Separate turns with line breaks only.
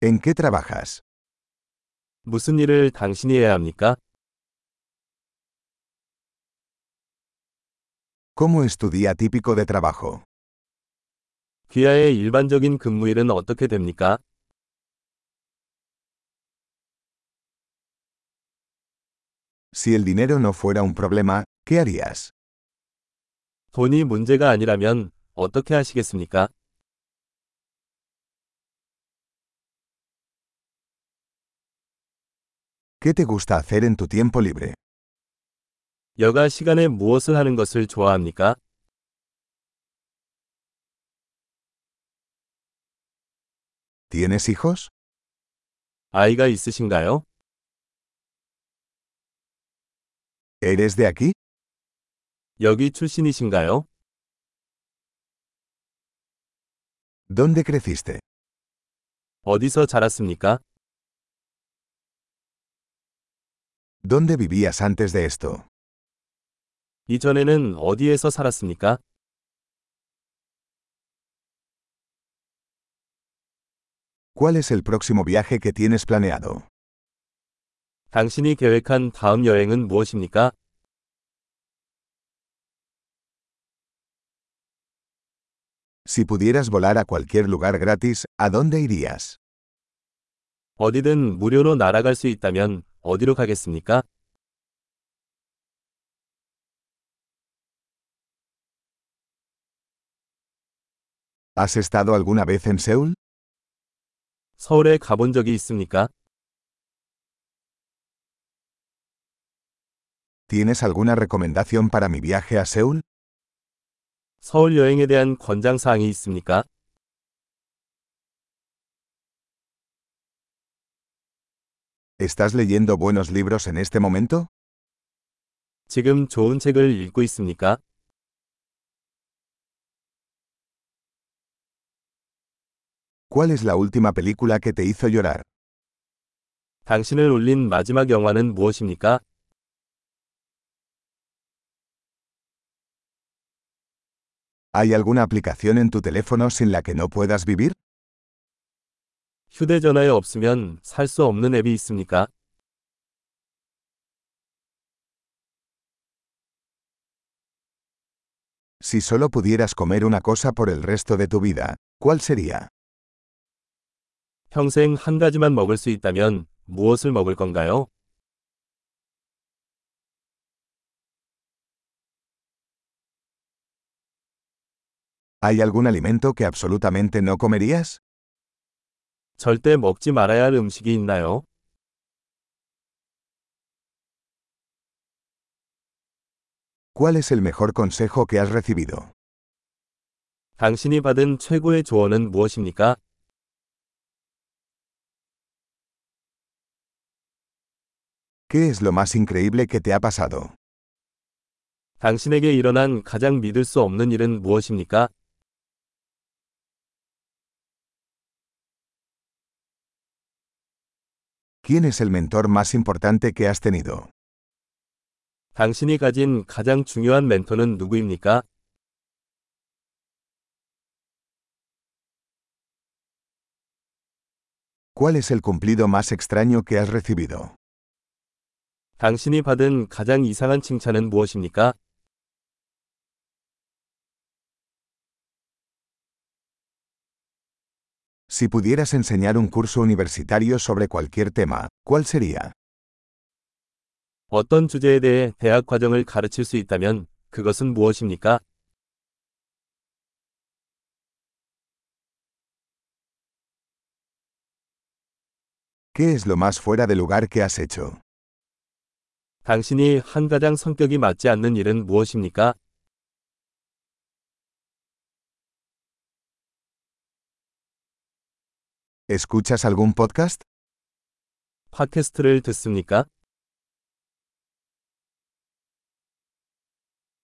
¿En qué trabajas?
무슨 일을 당신이 해야 합니까?
¿Cómo es tu día típico de trabajo?
귀하의 일반적인 근무일은 어떻게 됩니까?
Si el dinero no fuera un problema, ¿qué harías?
돈이 문제가 아니라면 어떻게 하시겠습니까?
¿Qué te gusta hacer en tu tiempo libre?
여가 시간에 무엇을 하는 것을 좋아합니까?
¿Tienes hijos?
아이가 있으신가요?
¿Eres de aquí?
여기 출신이신가요?
¿Dónde creciste?
어디서 자랐습니까?
¿Dónde vivías antes de esto?
이전에는 어디에서 살았습니까?
¿Cuál es el próximo viaje que tienes planeado?
당신이 계획한 다음 여행은 무엇입니까?
Si pudieras volar a cualquier lugar gratis, ¿a dónde irías?
어디든 무료로 날아갈 수 있다면 어디로 가겠습니까?
¿Has estado alguna vez en Seúl?
서울에 가본 적이 있습니까?
¿Tienes alguna recomendación para mi viaje a Seúl?
서울 여행에 대한 권장 사항이 있습니까?
¿Estás leyendo buenos libros en este momento?
지금 좋은 책을 읽고 있습니까?
¿Cuál es la última película que te hizo llorar?
당신을 울린 마지막 영화는 무엇입니까?
¿Hay alguna aplicación en tu teléfono sin la que no puedas vivir?
휴대전화에 없으면 살 수 없는 앱이 있습니까?
Si solo pudieras comer una cosa por el resto de tu vida, ¿cuál sería?
평생 한 가지만 먹을 수 있다면 무엇을 먹을 건가요?
¿Hay algún alimento que absolutamente no comerías?
절대 먹지 말아야 할 음식이 있나요?
¿Cuál es el mejor consejo que has recibido?
당신이 받은 최고의 조언은 무엇입니까?
¿Qué es lo más increíble que te ha pasado?
당신에게 일어난 가장 믿을 수 없는 일은 무엇입니까?
¿Quién es el mentor más importante que has tenido?
당신이 가진 가장 중요한 멘토는 누구입니까?
¿Cuál es el cumplido más extraño que has recibido?
당신이 받은 가장 이상한 칭찬은 무엇입니까?
Si pudieras enseñar un curso universitario sobre cualquier tema, ¿cuál sería?
어떤 주제에 대해 대학 과정을 가르칠 수 있다면 그것은 무엇입니까?
¿Qué es lo más fuera de lugar que has hecho?
당신이 한 가장 성격이 맞지 않는 일은 무엇입니까?
¿Escuchas algún podcast?
팟캐스트를 듣습니까?